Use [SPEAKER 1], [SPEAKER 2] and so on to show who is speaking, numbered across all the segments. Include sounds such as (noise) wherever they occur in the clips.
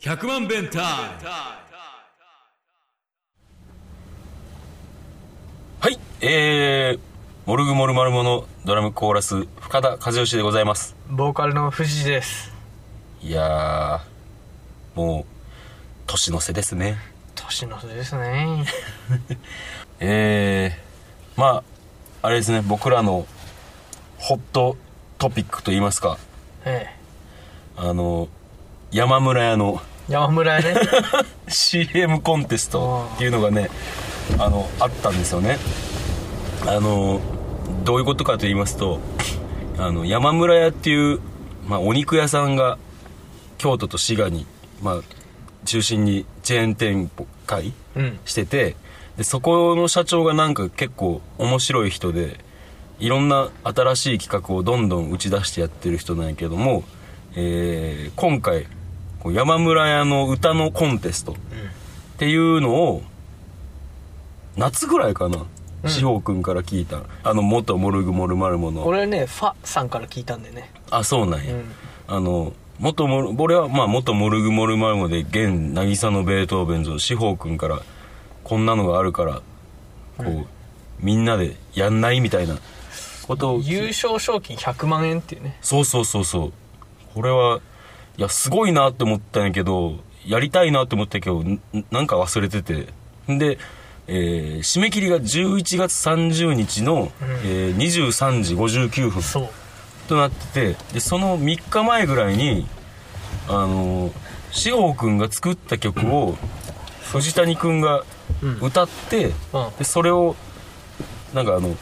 [SPEAKER 1] 100万弁タイム
[SPEAKER 2] はい、えー、モルグモルマルモのドラムコーラス、深田和義でございます。
[SPEAKER 3] ボーカルの藤井です
[SPEAKER 2] いやー、もう、年の瀬ですね。
[SPEAKER 3] 年の瀬ですね
[SPEAKER 2] えー、まあ、あれですね、僕らのホットトピックと言いますか、
[SPEAKER 3] (laughs) え
[SPEAKER 2] あの、山村屋の
[SPEAKER 3] え山村屋ね
[SPEAKER 2] CM コンテストっていうのがね、あの、あったんですよね。あの、どういうことかと言いますと、あの、山村屋っていう、まあ、お肉屋さんが、京都と滋賀に、まあ、中心にチェーン店舗会
[SPEAKER 3] (laughs) うん
[SPEAKER 2] しててでそこの社長がなんか結構面白い人でいろんな新しい企画をどんどん打ち出してやってる人なんやけども、えー今回こう山村屋の歌のコンテストっていうのを夏ぐらいかな、志保君から聞いたあの元モルグモルマルモの
[SPEAKER 3] 俺ねファさんから聞いたんだよね
[SPEAKER 2] あそうなんや、
[SPEAKER 3] うん
[SPEAKER 2] あの元モル俺はまあ元モルグモルマルモで現渚のベートーベンズの志保君からこんなのがあるからこう、みんなでやんないみたいなことを
[SPEAKER 3] 優勝賞金100万円っていうね
[SPEAKER 2] そうそうそうそうこれはいやすごいなって思ったんやけどやりたいなって思ったけどんなんか忘れててで、えー締め切りが11月30日の、えー23時59分
[SPEAKER 3] そう
[SPEAKER 2] となっててでその3日前ぐらいにあの志保君が作った曲を藤谷君が歌って、
[SPEAKER 3] うん
[SPEAKER 2] でそれをなんかあの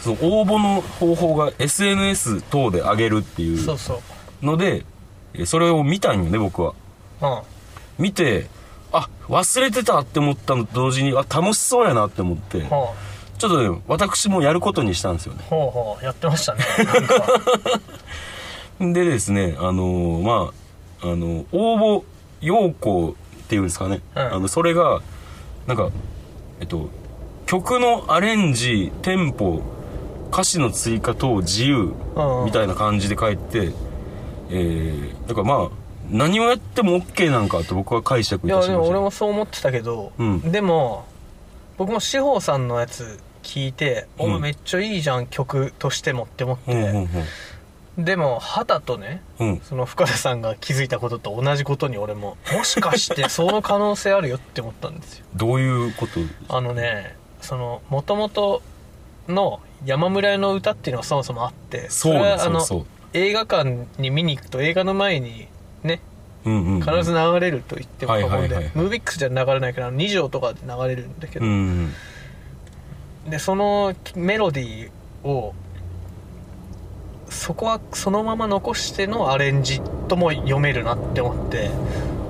[SPEAKER 2] その応募の方法が SNS 等で上げるってい
[SPEAKER 3] そう
[SPEAKER 2] う
[SPEAKER 3] そう
[SPEAKER 2] のでえそれを見たんよね僕は。
[SPEAKER 3] うん
[SPEAKER 2] 見てあ忘れてたって思ったのと同時にあ楽しそうやなって思ってちょっ
[SPEAKER 3] ほ
[SPEAKER 2] とね私もやることにしたんですよね
[SPEAKER 3] うほうほうやってま (laughs) したねなんか
[SPEAKER 2] でですね、あのーまあ、あの応募要項っていうんですかね、
[SPEAKER 3] うん
[SPEAKER 2] あのそれがなんかえっと曲のアレンジテンポ歌詞の追加等自由
[SPEAKER 3] うんうん
[SPEAKER 2] みたいな感じで書いて、えー、だからまあ何をやっても OK なんかと僕は解釈い
[SPEAKER 3] い
[SPEAKER 2] た
[SPEAKER 3] や
[SPEAKER 2] し
[SPEAKER 3] で
[SPEAKER 2] ま
[SPEAKER 3] も
[SPEAKER 2] し
[SPEAKER 3] 俺
[SPEAKER 2] た
[SPEAKER 3] もそう思ってたけど、
[SPEAKER 2] うん
[SPEAKER 3] でも僕も志保さんのやつ聞いて「
[SPEAKER 2] うん
[SPEAKER 3] おめっちゃいいじゃん曲としても」って思って、
[SPEAKER 2] うんうん
[SPEAKER 3] でも肌とね
[SPEAKER 2] うんうん
[SPEAKER 3] その深田さんが気づいたことと同じことに俺ももしかしてその可能性あるよって思ったん
[SPEAKER 2] (laughs)
[SPEAKER 3] ですよ
[SPEAKER 2] どういうこと
[SPEAKER 3] あのねそのもともとの山村屋の歌っていうのがそもそもあって
[SPEAKER 2] そう
[SPEAKER 3] れ
[SPEAKER 2] なん
[SPEAKER 3] は
[SPEAKER 2] そ
[SPEAKER 3] あ
[SPEAKER 2] う
[SPEAKER 3] の
[SPEAKER 2] そ
[SPEAKER 3] 映画館に見に行くと映画の前にね
[SPEAKER 2] ううんうんうん
[SPEAKER 3] 必ず流れると言っても過言で、
[SPEAKER 2] はいはいはいはい
[SPEAKER 3] ムービックスじゃ流れないから2畳とかで流れるんだけ
[SPEAKER 2] う
[SPEAKER 3] ど、
[SPEAKER 2] んうん
[SPEAKER 3] でそのメロディーをそこはそのまま残してのアレンジとも読めるなって思って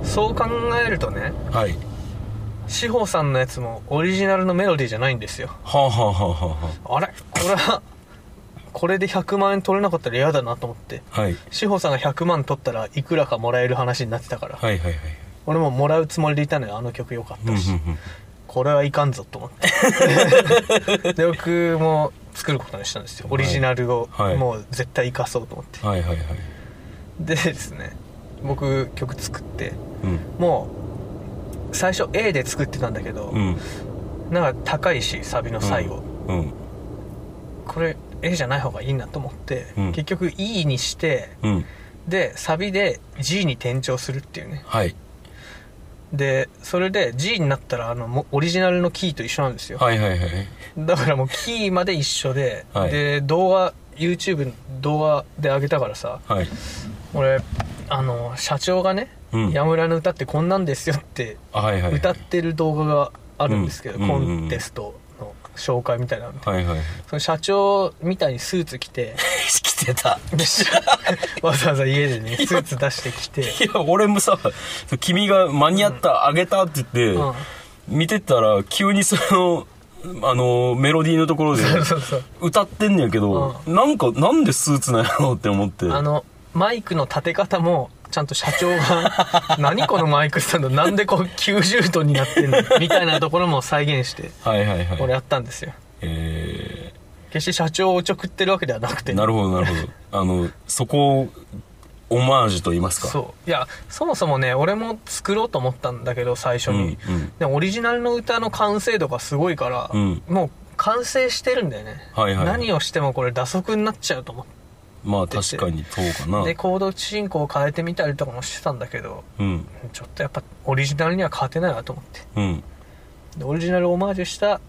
[SPEAKER 3] そう考えるとね
[SPEAKER 2] はい
[SPEAKER 3] 志保さんのやつもオリジナルのメロディーじゃないんですよ
[SPEAKER 2] はあはあはあは
[SPEAKER 3] あれこれはこれで100万円取れなかったら嫌だなと思って
[SPEAKER 2] あはい
[SPEAKER 3] 志保さんが100万取ったらいくらかもらえる話になってたから、
[SPEAKER 2] はいはいはい
[SPEAKER 3] 俺ももらうつもりでいたのよあの曲良かっ
[SPEAKER 2] うんう
[SPEAKER 3] た
[SPEAKER 2] ん
[SPEAKER 3] し、
[SPEAKER 2] うん
[SPEAKER 3] これはいかんぞと思っ
[SPEAKER 2] (laughs)
[SPEAKER 3] てで僕も作ることにしたんですよオリジナルを
[SPEAKER 2] はい
[SPEAKER 3] もう絶対生かそうと思って、
[SPEAKER 2] はいはいはい
[SPEAKER 3] でですね僕曲作って
[SPEAKER 2] うん
[SPEAKER 3] もう最初 A で作ってたんだけど、
[SPEAKER 2] うん
[SPEAKER 3] なんか高いしサビの最後、
[SPEAKER 2] うん
[SPEAKER 3] これ A じゃない方がいいなと思って、
[SPEAKER 2] うん
[SPEAKER 3] 結局 E にして
[SPEAKER 2] うん
[SPEAKER 3] でサビで G に転調するっていうね
[SPEAKER 2] はい
[SPEAKER 3] でそれで G になったらあのもオリジナルのキーと一緒なんですよ
[SPEAKER 2] はいはいはい
[SPEAKER 3] だからもうキーまで一緒で、
[SPEAKER 2] はい
[SPEAKER 3] で動画 YouTube の動画で上げたからさ
[SPEAKER 2] はい
[SPEAKER 3] 俺あの社長がね「
[SPEAKER 2] うん
[SPEAKER 3] やむらの歌ってこんなんですよ」って
[SPEAKER 2] あはいはいはい
[SPEAKER 3] 歌ってる動画があるんですけど、
[SPEAKER 2] うん
[SPEAKER 3] コンテストの紹介みたいなので
[SPEAKER 2] はいはい
[SPEAKER 3] その社長みたいにスーツ
[SPEAKER 2] (laughs)
[SPEAKER 3] 着て
[SPEAKER 2] 来てた
[SPEAKER 3] でしわざわざ家でねスーツ出してきて
[SPEAKER 2] いや俺もさそう君が間に合ったあげたって言
[SPEAKER 3] う
[SPEAKER 2] っ
[SPEAKER 3] ん
[SPEAKER 2] て見てたら急にそのあのメロディーのところで
[SPEAKER 3] そうそうそう
[SPEAKER 2] 歌ってんねやけどなんかなんでスーツなんやろうって思って
[SPEAKER 3] あのマイクの立て方もちゃんと社長
[SPEAKER 2] (laughs)
[SPEAKER 3] が「何このマイクスタンドなんでこう90度になってんの?」みたいなところも再現して
[SPEAKER 2] はいはいはい
[SPEAKER 3] 俺やったんですよ
[SPEAKER 2] え
[SPEAKER 3] 決して社長をおちょくってるわけではなく
[SPEAKER 2] ー
[SPEAKER 3] て
[SPEAKER 2] なるほどなるほどあのそこをオマージュと言いますか
[SPEAKER 3] そういやそもそもね俺も作ろうと思ったんだけど最初
[SPEAKER 2] う
[SPEAKER 3] に、
[SPEAKER 2] んうん
[SPEAKER 3] でもオリジナルの歌の完成度がすごいから、
[SPEAKER 2] うん
[SPEAKER 3] もう完成してるんだよね、
[SPEAKER 2] はいはい
[SPEAKER 3] 何をしてもこれ打足になっちゃうと思って
[SPEAKER 2] まあ確かにそうかな
[SPEAKER 3] でコード進行を変えてみたりとかもしてたんだけど
[SPEAKER 2] うん
[SPEAKER 3] ちょっとやっぱオリジナルには勝てないなと思って
[SPEAKER 2] うん
[SPEAKER 3] でオリジナルをオマージュした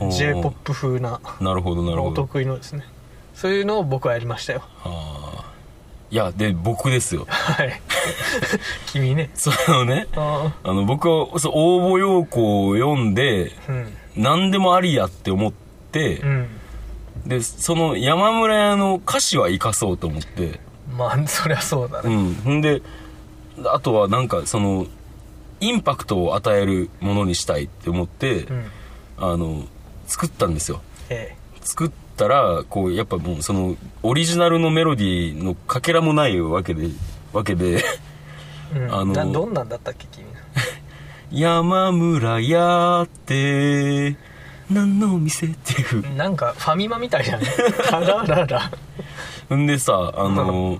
[SPEAKER 2] おー
[SPEAKER 3] j p o p 風な
[SPEAKER 2] なるほどなるほ
[SPEAKER 3] お
[SPEAKER 2] ど
[SPEAKER 3] 得意のですねそういうのを僕はやりましたよ
[SPEAKER 2] あーいやで僕ですよ (laughs)
[SPEAKER 3] はい (laughs) 君ね
[SPEAKER 2] そのね
[SPEAKER 3] あ
[SPEAKER 2] あの僕はそう応募要項を読んで
[SPEAKER 3] あうん
[SPEAKER 2] 何でもありやって思って
[SPEAKER 3] う、ん
[SPEAKER 2] でその山村屋の歌詞は生かそうと思って
[SPEAKER 3] まあそりゃそうだ
[SPEAKER 2] う
[SPEAKER 3] ね
[SPEAKER 2] んほんであとはなんかそのインパクトを与えるものにしたいって思って、
[SPEAKER 3] うん
[SPEAKER 2] あの作ったんですよ
[SPEAKER 3] え
[SPEAKER 2] 作ったらこうやっぱもうそのオリジナルのメロディーのかけらもないわけでわけで (laughs)
[SPEAKER 3] えうん
[SPEAKER 2] あの
[SPEAKER 3] などんなんだったっけ君
[SPEAKER 2] 山村屋って何のお店っていう
[SPEAKER 3] なんかファミマみたいじゃ (laughs) ないあららら
[SPEAKER 2] んでさあの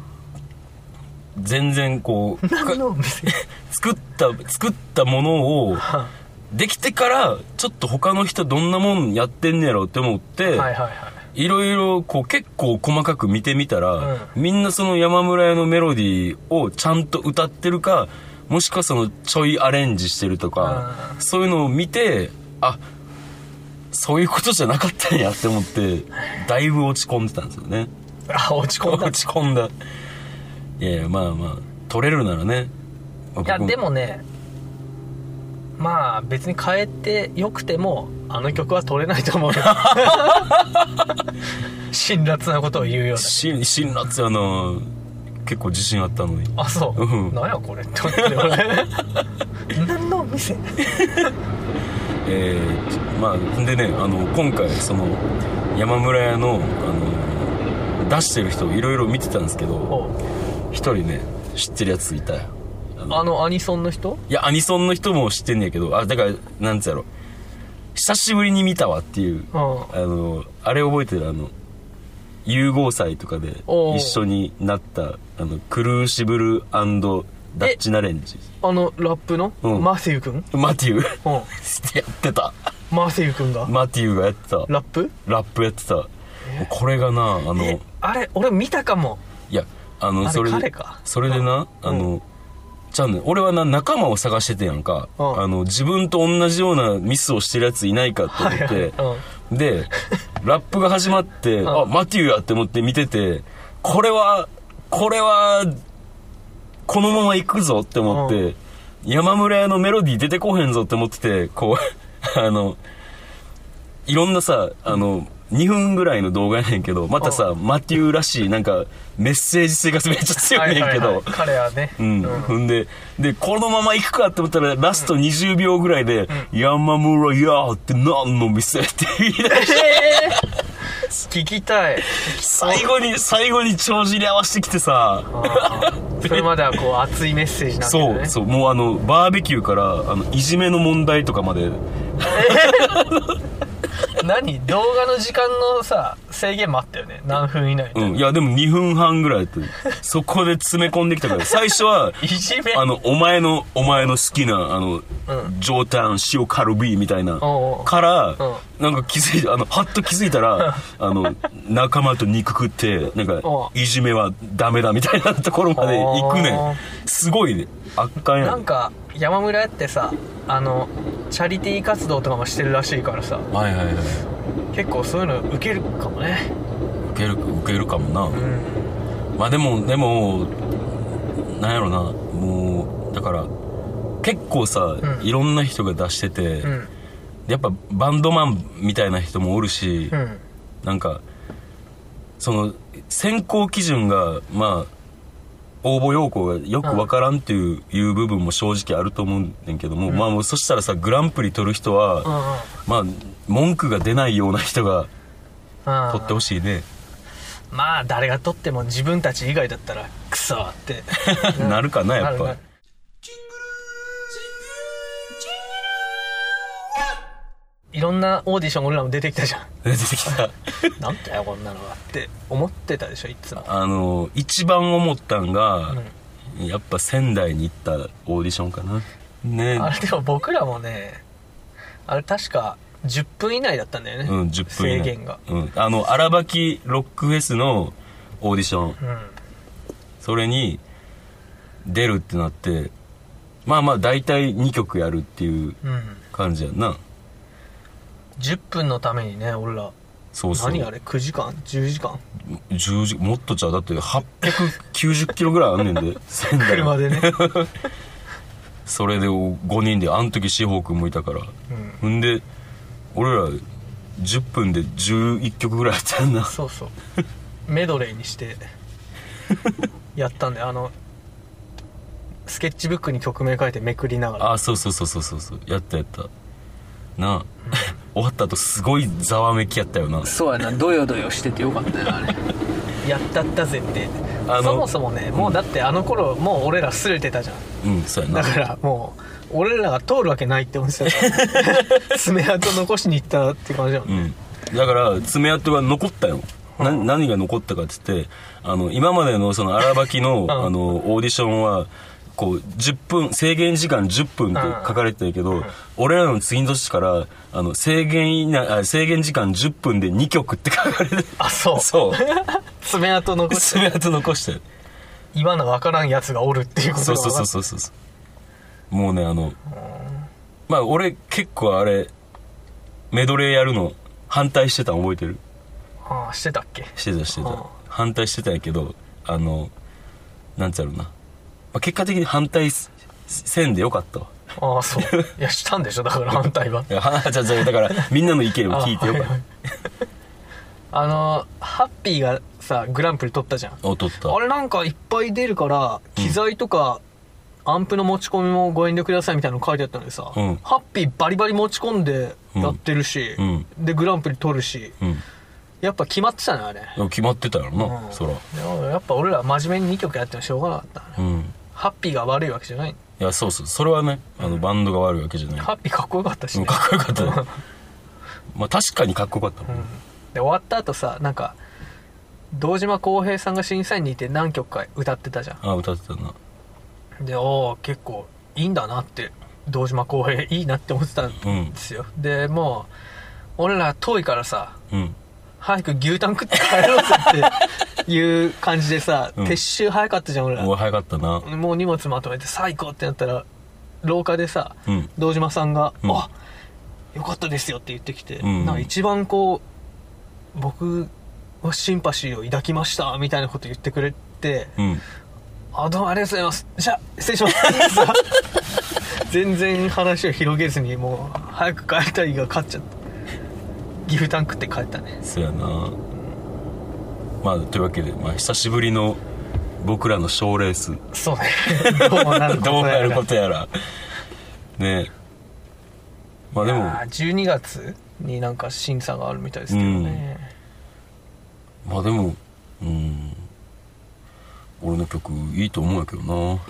[SPEAKER 2] 全然こう
[SPEAKER 3] 何のお店
[SPEAKER 2] 作った作ったものを
[SPEAKER 3] (laughs) は
[SPEAKER 2] できてからちょっと他の人どんなもんやってんねやろって思って、
[SPEAKER 3] いはいはい
[SPEAKER 2] いろいろこう結構細かく見てみたら、みんなその山村屋のメロディーをちゃんと歌ってるかもしくはそのちょいアレンジしてるとか、
[SPEAKER 3] う
[SPEAKER 2] そういうのを見てあそういうことじゃなかったんやって思ってだいぶ落ち込んでたんですよね
[SPEAKER 3] あ落ち込んだ
[SPEAKER 2] 落ち込んだいやいやまあまあ取れるならね
[SPEAKER 3] いやでもねまあ別に変えてよくてもあの曲は取れないと
[SPEAKER 2] (laughs)
[SPEAKER 3] 思うよ辛辣なことを言うような
[SPEAKER 2] し辛辣やな結構自信あったのに
[SPEAKER 3] あそう、
[SPEAKER 2] うん
[SPEAKER 3] なんやこれって思って俺何のお店
[SPEAKER 2] えーまあでねあの今回その山村屋のあの出してる人をいろいろ見てたんですけど
[SPEAKER 3] お
[SPEAKER 2] 一人ね知ってるやついたよ
[SPEAKER 3] あのアニソンの人
[SPEAKER 2] いやアニソンの人も知ってんねやけどあだからなんつうやろ久しぶりに見たわっていうあ
[SPEAKER 3] うん
[SPEAKER 2] のあれ覚えてるあの融合祭とかで
[SPEAKER 3] おう
[SPEAKER 2] 一緒になったあのクルーシブルダッチナレンジ
[SPEAKER 3] あのラップの、
[SPEAKER 2] うん
[SPEAKER 3] マセユ君うん
[SPEAKER 2] マティウ (laughs) やってた
[SPEAKER 3] マセユ君が
[SPEAKER 2] マティウがやってた
[SPEAKER 3] ラップ
[SPEAKER 2] ラップやってたこれがなあの
[SPEAKER 3] えあれ俺見たかも
[SPEAKER 2] いやあ
[SPEAKER 3] あ
[SPEAKER 2] の
[SPEAKER 3] れ
[SPEAKER 2] それ
[SPEAKER 3] 彼
[SPEAKER 2] で
[SPEAKER 3] か
[SPEAKER 2] それでなあのじゃあね俺はな仲間を探しててやんか
[SPEAKER 3] うん
[SPEAKER 2] あの自分と同じようなミスをしてるやついないかと思って
[SPEAKER 3] はいはい
[SPEAKER 2] でラップが始ま
[SPEAKER 3] (laughs)
[SPEAKER 2] ってあマティウやって思って見ててこれはこれはこのまま行くぞって思って山村屋のメロディー出てこへんぞって思っててこう (laughs) あのいろんなさあの2分ぐらいの動画やねんけどまたさマティウらしいなんかメッセージ性がめっちゃ強いねんけ
[SPEAKER 3] はいはいは
[SPEAKER 2] ど
[SPEAKER 3] い彼はね、
[SPEAKER 2] うん、踏んで、で、このまま行くかって思ったら、ラスト20秒ぐらいで、山村屋って何の店って言い出して、
[SPEAKER 3] 聞きたい
[SPEAKER 2] 最後に、最後に帳尻合わせてきてさ、
[SPEAKER 3] (laughs) それまではこう熱いメッセージなんだ
[SPEAKER 2] そ
[SPEAKER 3] よ
[SPEAKER 2] う、
[SPEAKER 3] ね
[SPEAKER 2] そう、もうあの、バーベキューから、あの、いじめの問題とかまで、
[SPEAKER 3] 何動画の時間のさ制限もあったよね何分以内
[SPEAKER 2] うん、いや、でも2分半ぐらいや
[SPEAKER 3] (laughs)
[SPEAKER 2] って、そこで詰め込んできたから、最初は、
[SPEAKER 3] いじめ
[SPEAKER 2] あの、お前の、お前の好きな、あの、
[SPEAKER 3] ん
[SPEAKER 2] 上タン、塩カルビみたいな、
[SPEAKER 3] おうおう
[SPEAKER 2] から、
[SPEAKER 3] う
[SPEAKER 2] なんか気づいた、あの、はっと気づいたら、あの、仲間と肉食って、なんか
[SPEAKER 3] お、う
[SPEAKER 2] いじめはダメだみたいなところまで行くね
[SPEAKER 3] おー
[SPEAKER 2] ん。すごいね。圧巻や
[SPEAKER 3] なんか山村屋ってさあのチャリティー活動とかもしてるらしいからさ
[SPEAKER 2] はいはいはい。
[SPEAKER 3] 結構そういうの受けるかもね
[SPEAKER 2] 受ける、受けるかも
[SPEAKER 3] う
[SPEAKER 2] な。
[SPEAKER 3] ん
[SPEAKER 2] まあでも、でも、なんやろな、もう、だから、結構さ、
[SPEAKER 3] うん
[SPEAKER 2] いろんな人が出してて、
[SPEAKER 3] うん
[SPEAKER 2] やっぱバンドマンみたいな人もおるし、
[SPEAKER 3] うん
[SPEAKER 2] なんかその選考基準がまあ応募要項がよくわからんっていう,、いう部分も正直あると思うねんけども、まあもうそしたらさグランプリ取る人は、
[SPEAKER 3] うんうん
[SPEAKER 2] まあ文句が出ないような人が
[SPEAKER 3] うん
[SPEAKER 2] 取ってほしいね、
[SPEAKER 3] まあ誰が取っても自分たち以外だったらクソって
[SPEAKER 2] (laughs) なるかなやっぱ
[SPEAKER 3] なるなるいろんなオーディション俺らも出てきたじゃん
[SPEAKER 2] 出てきた
[SPEAKER 3] なんだよこんなのはって思ってたでしょいつも、
[SPEAKER 2] あの一番思ったんが、
[SPEAKER 3] う
[SPEAKER 2] やっぱ仙台に行ったオーディションかなね
[SPEAKER 3] ん、あれでも僕らもねあれ確か10分以内だったんだよね、
[SPEAKER 2] うん10分以
[SPEAKER 3] 制
[SPEAKER 2] 内
[SPEAKER 3] 限が
[SPEAKER 2] うん、あの荒履ロックフェスのオーディション
[SPEAKER 3] うん
[SPEAKER 2] それに出るってなってまあまあ大体2曲やるっていう
[SPEAKER 3] うん
[SPEAKER 2] 感じやんな
[SPEAKER 3] 10分のためにね俺ら
[SPEAKER 2] そうそう
[SPEAKER 3] 何あれ9時間10時間
[SPEAKER 2] 10時もっとちゃうだって890キロぐらいあんねん
[SPEAKER 3] (laughs)
[SPEAKER 2] で仙台
[SPEAKER 3] 車
[SPEAKER 1] (laughs)
[SPEAKER 3] でね、
[SPEAKER 2] それで5人であの時志保君もいたから
[SPEAKER 3] うん、
[SPEAKER 2] ほんで俺ら10分で11曲ぐらいやったんな
[SPEAKER 3] そうそうメドレー
[SPEAKER 1] (laughs)
[SPEAKER 3] にしてやったんであのスケッチブックに曲名書いてめくりながら
[SPEAKER 2] あそうそうそうそうそうそうやったやったなあ (laughs) 終わった後すごいざわめきやったよな
[SPEAKER 1] そうやなどよどよしててよかったよなあれ
[SPEAKER 3] やったったぜって
[SPEAKER 2] あの
[SPEAKER 3] そもそもねもうだってあの頃もう俺らすれてたじゃん
[SPEAKER 2] うんそうやな
[SPEAKER 3] だからもう俺らが通るわけないって思ってたか
[SPEAKER 2] (laughs)
[SPEAKER 3] ら爪痕残しに行ったって感じだもん
[SPEAKER 2] う
[SPEAKER 3] ね
[SPEAKER 2] んだから爪痕が残ったよな何が残ったかって言ってあの今までのその荒ばき (laughs) のあのオーディションはこう10分制限時間10分って書かれてたけど俺らの次の年からあの制限以内あ制限時間10分で2曲って書かれて
[SPEAKER 3] あそう
[SPEAKER 2] そう (laughs)
[SPEAKER 3] 爪痕残し
[SPEAKER 2] 爪痕残してる
[SPEAKER 3] 今の分からんやつがおるっていうこと
[SPEAKER 2] (laughs) そう
[SPEAKER 3] が
[SPEAKER 2] そう
[SPEAKER 3] 分か
[SPEAKER 2] そ
[SPEAKER 3] っ
[SPEAKER 2] うそうそうそうもうねあのまあ俺結構あれメドレーやるの反対してたの覚えてる
[SPEAKER 3] ああしてたっけ
[SPEAKER 2] してたして
[SPEAKER 3] う
[SPEAKER 2] た
[SPEAKER 3] ん
[SPEAKER 2] 反対してたんやけどあのなんつうやろな、まあ、結果的に反対すせんでよかったわ
[SPEAKER 3] ああそういやしたんでしょだから反対はい
[SPEAKER 2] やは (laughs) じゃあじゃあだからみんなの意見を聞いてよかっ
[SPEAKER 3] あ
[SPEAKER 2] た、
[SPEAKER 3] はいはいあのハッピーがさグランプリ取ったじゃん
[SPEAKER 2] お取った
[SPEAKER 3] あれなんかいっぱい出るから
[SPEAKER 2] うん
[SPEAKER 3] 機材とか、アンプの持ち込みもご遠慮くださいみたいなの書いてあったのにさ、
[SPEAKER 2] うん
[SPEAKER 3] ハッピーバリバリ持ち込んでやってるし、
[SPEAKER 2] うん
[SPEAKER 3] でグランプリ取るし
[SPEAKER 2] うんい
[SPEAKER 3] やっぱ決まってたねあれ、
[SPEAKER 2] や決まってたやろな、
[SPEAKER 3] うん
[SPEAKER 2] そら
[SPEAKER 3] でもやっぱ俺ら真面目に2曲やってもしょうがなかったね、
[SPEAKER 2] うん
[SPEAKER 3] ハッピーが悪いわけじゃない
[SPEAKER 2] いやそうそうそれはねあのバンドが悪いわけじゃない、
[SPEAKER 3] ハッピーかっこよかったし、
[SPEAKER 2] うん
[SPEAKER 3] ね、
[SPEAKER 2] かっこよかったねまあ確かにかっこよかったもん、
[SPEAKER 3] で終わった後さなんか堂島康平さんが審査員にいて何曲か歌ってたじゃ
[SPEAKER 2] あ歌ってたなん
[SPEAKER 3] でおお結構いいんだなって堂島康平いいなって思ってたん
[SPEAKER 2] うん
[SPEAKER 3] ですよでもう俺ら遠いからさ
[SPEAKER 2] うん
[SPEAKER 3] 早く牛タン食って帰ろうぜ
[SPEAKER 2] (laughs)
[SPEAKER 3] っていう感じでさ、
[SPEAKER 2] うん
[SPEAKER 3] 撤収早かったじゃん俺ら
[SPEAKER 2] うわ早かったな
[SPEAKER 3] もう荷物まとめて最高ってなったら廊下でさ
[SPEAKER 2] うん
[SPEAKER 3] 堂島さんが「
[SPEAKER 2] うん
[SPEAKER 3] あよかったですよ」って言ってきて、
[SPEAKER 2] うん
[SPEAKER 3] なんか一番こう僕はシンパシーを抱きましたみたいなこと言ってくれて
[SPEAKER 2] うん
[SPEAKER 3] 「あどうもありがとうございますじゃあ失
[SPEAKER 2] (laughs)
[SPEAKER 3] 礼します」全然話を広げずにもう早く帰りたいが勝っちゃった岐阜タン食って帰ったね
[SPEAKER 2] そやなまあというわけで、まあ、久しぶりの僕らの賞ーレース
[SPEAKER 3] そうねどうもなること
[SPEAKER 2] (laughs) どうな
[SPEAKER 3] や
[SPEAKER 2] る
[SPEAKER 3] ら
[SPEAKER 2] ことやらねえまあでも
[SPEAKER 3] あー12月になんか審査があるみたいですけどね、
[SPEAKER 2] まあでもうん俺の曲いいと思うんやけど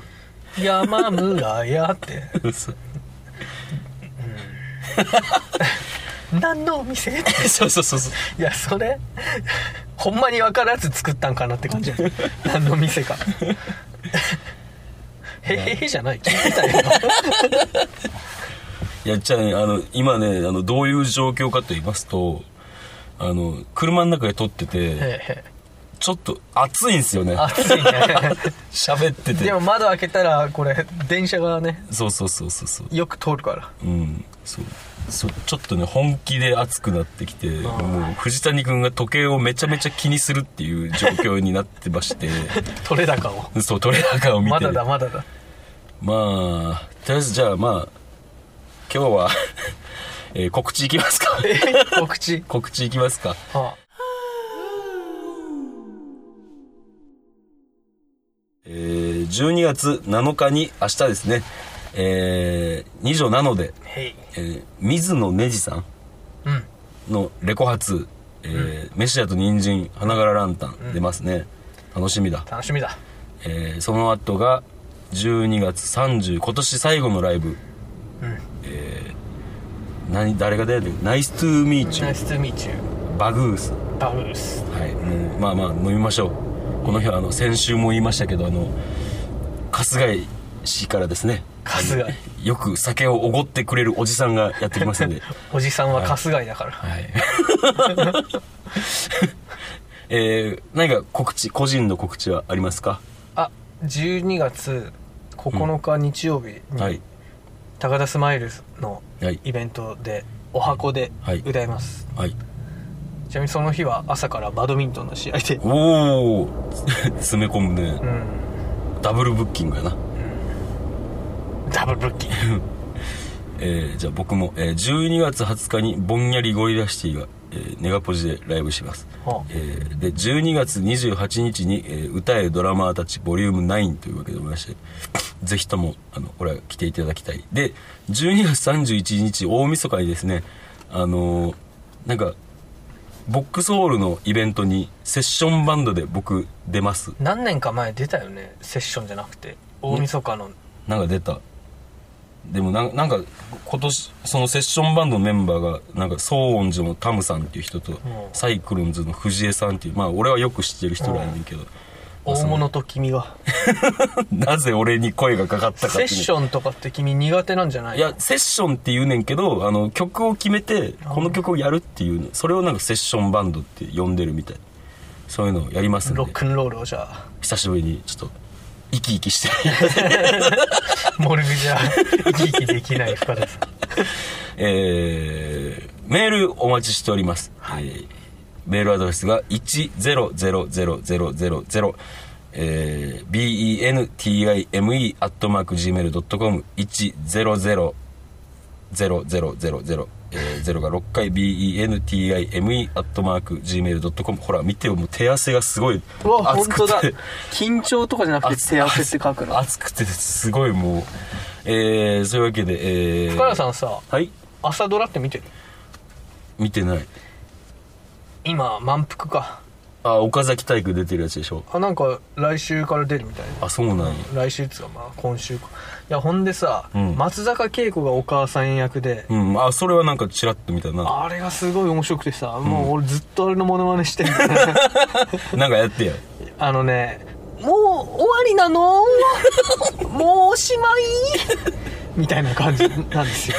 [SPEAKER 3] 山村屋って
[SPEAKER 2] な (laughs) そう
[SPEAKER 3] 何のお店って
[SPEAKER 2] そうそうそうそう
[SPEAKER 3] いやそれほんまに分からず作ったんかなって感じやね何の
[SPEAKER 2] (laughs)
[SPEAKER 3] 店かへへへじゃない聞いてたよ
[SPEAKER 2] いやじゃあねあの今ねあのどういう状況かと言いますとあの車の中で撮ってて
[SPEAKER 3] へへ
[SPEAKER 2] ちょっと暑いんですよね
[SPEAKER 3] 暑いね
[SPEAKER 2] 喋ってて
[SPEAKER 3] でも窓開けたらこれ電車がね
[SPEAKER 2] そうそうそうそうそう
[SPEAKER 3] よく通るから
[SPEAKER 2] うんそうそうちょっとね本気で熱くなってきて
[SPEAKER 3] ー
[SPEAKER 2] もう藤谷君が時計をめちゃめちゃ気にするっていう状況になってまして
[SPEAKER 3] (laughs) 取れ高を
[SPEAKER 2] そうトレーラー感を見て
[SPEAKER 3] まだだまだだ
[SPEAKER 2] まあとりあえずじゃあまあ今日は、 (laughs) えー告知いきますか (laughs)
[SPEAKER 3] えお口
[SPEAKER 2] 告知いきますか
[SPEAKER 3] あ
[SPEAKER 2] えー12月7日に明日ですねえー、2女なので、
[SPEAKER 3] へい
[SPEAKER 2] えー水野ねじさん
[SPEAKER 3] うん
[SPEAKER 2] のレコ発、えーメシアと人参花柄ランタン出ますね、楽しみだ、
[SPEAKER 3] 楽しみだ
[SPEAKER 2] えーその後が12月30今年最後のライブ、えー何誰が出てるナイストゥーミーチ
[SPEAKER 3] ナイ
[SPEAKER 2] ュ
[SPEAKER 3] ス to meet you
[SPEAKER 2] バグース
[SPEAKER 3] バウス
[SPEAKER 2] はいもうまあまあ飲みましょうこの日はあの先週も言いましたけどあの春日井市からですね
[SPEAKER 3] 春日井
[SPEAKER 2] よく酒をおごってくれるおじさんがやってきますん
[SPEAKER 3] (laughs)
[SPEAKER 2] で
[SPEAKER 3] おじさんは春日井だから、
[SPEAKER 2] はい。 (laughs) えー、何か告知、個人の告知はありますか
[SPEAKER 3] あ12月9日日曜日に、
[SPEAKER 2] はい。
[SPEAKER 3] 高田スマイルズの
[SPEAKER 2] はい。
[SPEAKER 3] イベントでお箱で
[SPEAKER 2] はい
[SPEAKER 3] 歌います、
[SPEAKER 2] はい。
[SPEAKER 3] ちなみにその日は朝からバドミントンの試合で
[SPEAKER 2] おー (laughs) 詰め込むね
[SPEAKER 3] う。ん、
[SPEAKER 2] ダブルブッキングやな。
[SPEAKER 3] ダブルブッキング
[SPEAKER 2] えー、じゃあ僕も、えー、12月20日にぼんやりゴリラシティが、えー、ネガポジでライブします。
[SPEAKER 3] ほ
[SPEAKER 2] えーで12月28日に、えー歌えドラマーたちボリューム9というわけでございましてぜひともあのこれは来ていただきたいで12月31日大晦日にですねあのーなんかボックスホールのイベントにセッションバンドで僕出ます
[SPEAKER 3] う何年か前出たよねセッションじゃなくて大晦日の、
[SPEAKER 2] なんか出たでもなんなんか今年そのセッションバンドのメンバーがなんか総音寺のタムさんっていう人とサイクロンズの藤江さんっていうまあ俺はよく知ってる人なんだけど、
[SPEAKER 3] 大物と
[SPEAKER 2] (laughs)
[SPEAKER 3] 君は
[SPEAKER 2] なぜ俺に声がかかったかって
[SPEAKER 3] セ
[SPEAKER 2] い
[SPEAKER 3] ッ
[SPEAKER 2] う
[SPEAKER 3] ションとかって君苦手なんじゃない
[SPEAKER 2] いやセッションって言うねんけどあの曲を決めてこの曲をやるっていうねそれをなんかセッションバンドって呼んでるみたいそういうのをやりますんで
[SPEAKER 3] ロックンロールをじゃあ
[SPEAKER 2] 久しぶりにちょっと生き生きして
[SPEAKER 3] モルグじゃ
[SPEAKER 2] (laughs)
[SPEAKER 3] 生き生きできない深田さん
[SPEAKER 2] えー、メールお待ちしております、えーメールアドレスが1000000えー、bentime.gmail.com 100 0000えー、0が6回 bentime.gmail.com ほら見てよもう手汗がすごいう
[SPEAKER 1] わ本
[SPEAKER 2] 熱
[SPEAKER 1] 当
[SPEAKER 2] く
[SPEAKER 1] だ
[SPEAKER 2] て
[SPEAKER 1] 緊張とかじゃなくて手汗って書くの
[SPEAKER 2] (laughs) 熱くてすごいもうえー、そういうわけでえー、
[SPEAKER 3] 深田さんさ
[SPEAKER 2] はい
[SPEAKER 3] 朝ドラって見てる
[SPEAKER 2] 見てない
[SPEAKER 3] 今満腹か
[SPEAKER 2] あ岡崎体育出てるやつでしょ
[SPEAKER 3] あなんか来週から出るみたいな
[SPEAKER 2] あそうなんや
[SPEAKER 3] 来週っつうかまあ今週かいやほんでさ、
[SPEAKER 2] うん
[SPEAKER 3] 松坂慶子がお母さん役で、
[SPEAKER 2] うんあそれはなんかチラッと見たな
[SPEAKER 3] あれがすごい面白くてさ、もう俺ずっとあれのモノマネしてる
[SPEAKER 2] (laughs) なんかやってや (laughs)
[SPEAKER 3] あのね「もう終わりなのもうおしまい」みたいな感じなんですよ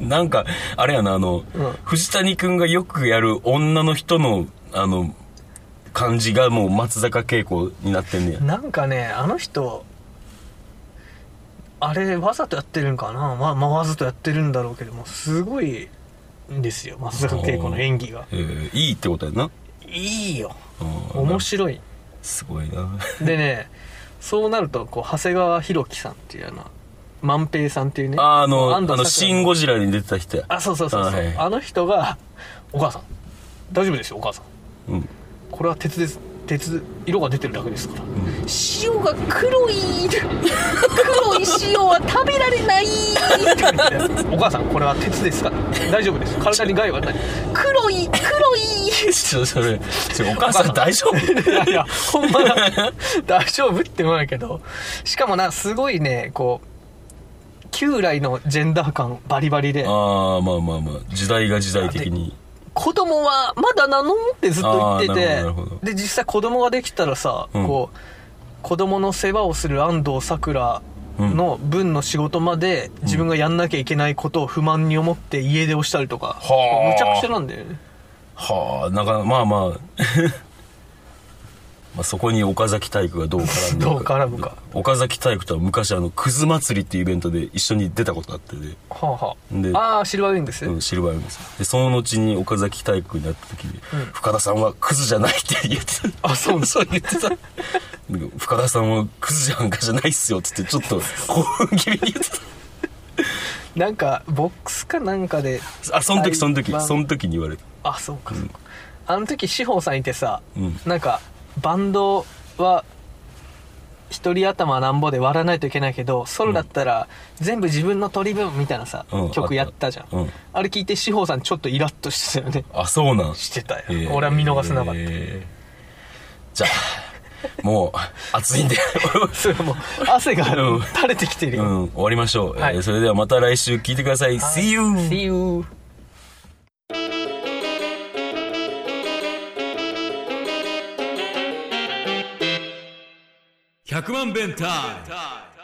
[SPEAKER 2] なんかあれやなあの、
[SPEAKER 3] うん
[SPEAKER 2] 藤谷君がよくやる女の人のあの感じがもう松坂慶子になってんねや
[SPEAKER 3] なんかねあの人あれわざとやってるんかな、まあ、まあわざとやってるんだろうけどもすごいんですよ松坂慶子の演技が
[SPEAKER 2] えーいいってことやない
[SPEAKER 3] いよ
[SPEAKER 2] うん
[SPEAKER 3] 面白い
[SPEAKER 2] すごいな
[SPEAKER 3] でねそうなるとこう長谷川博己さんっていうような万平さんっていうね
[SPEAKER 2] ああのあ
[SPEAKER 3] 安
[SPEAKER 2] の
[SPEAKER 3] 藤
[SPEAKER 2] 「
[SPEAKER 3] サクラ
[SPEAKER 2] シン・ゴジラ」に出てた人や
[SPEAKER 3] あそうそうそうそうあ,、
[SPEAKER 2] はい
[SPEAKER 3] の人が「お母さん大丈夫ですよお母さん
[SPEAKER 2] うんうん
[SPEAKER 3] これは鉄です鉄色が出てるだけですから、塩が黒い黒い塩は食べられないお母さんこれは鉄ですから大丈夫です体に害はない黒い黒い
[SPEAKER 2] (laughs) ちょそれち (laughs) ょお母さん大丈夫 (laughs)
[SPEAKER 3] いやいやほんまだ大丈夫って思うんやけどしかもなすごいねこう旧来のジェンダー感バリバリで
[SPEAKER 2] ああまあまあまあ時代が時代的に
[SPEAKER 3] 子供はまだなのってずっと言って
[SPEAKER 2] あーなるほどなるほ
[SPEAKER 3] てで実際子供ができたらさ、
[SPEAKER 2] うん
[SPEAKER 3] こう子供の世話をする安藤サクラの分の仕事まで自分がやんなきゃいけないことを不満に思って家出をしたりとか、
[SPEAKER 2] はあ
[SPEAKER 3] むちゃくちゃなんだよね
[SPEAKER 2] はあなんかまあまあ (laughs) まあそこに岡崎体育がどう絡んでる
[SPEAKER 3] どう絡むか
[SPEAKER 2] 岡崎体育とは昔あのくず祭りっていうイベントで一緒に出たことあってね
[SPEAKER 3] はあはあ
[SPEAKER 2] で
[SPEAKER 3] ああーシルバーウィングス、
[SPEAKER 2] うん、シルバーウィングスでその後に岡崎体育になった時に、深田さんはクズじゃないって言って
[SPEAKER 3] あそうなんだ
[SPEAKER 2] そう言ってたなんか深田さんはクズじゃんかじゃないっすよっつってちょっと興奮気味に言って
[SPEAKER 3] なんかボックスかなんかで
[SPEAKER 2] たあその時その時
[SPEAKER 3] 裁判
[SPEAKER 2] その時に言われた
[SPEAKER 3] あそうかそうか、あの時志保さんいてさ、
[SPEAKER 2] うん
[SPEAKER 3] なんかバンドは一人頭なんぼで割らないといけないけどソロだったら全部自分の取り分みたいなさ、
[SPEAKER 2] うん
[SPEAKER 3] 曲やったじゃんあ,、
[SPEAKER 2] うん
[SPEAKER 3] れ聞いて志保さんちょっとイラッとしてたよね (laughs)
[SPEAKER 2] あそうなん
[SPEAKER 3] してたよ、
[SPEAKER 2] えー
[SPEAKER 3] 俺は見逃せなかった、
[SPEAKER 2] えーじゃあもう (laughs) 暑いんで
[SPEAKER 3] それもう汗が
[SPEAKER 2] うん
[SPEAKER 3] 垂れてきてる
[SPEAKER 2] う
[SPEAKER 3] よ、
[SPEAKER 2] ん終わりましょう、
[SPEAKER 3] はい
[SPEAKER 2] えーそれではまた来週聞いてください、See you!
[SPEAKER 3] See you
[SPEAKER 4] Hyakuman Bentai.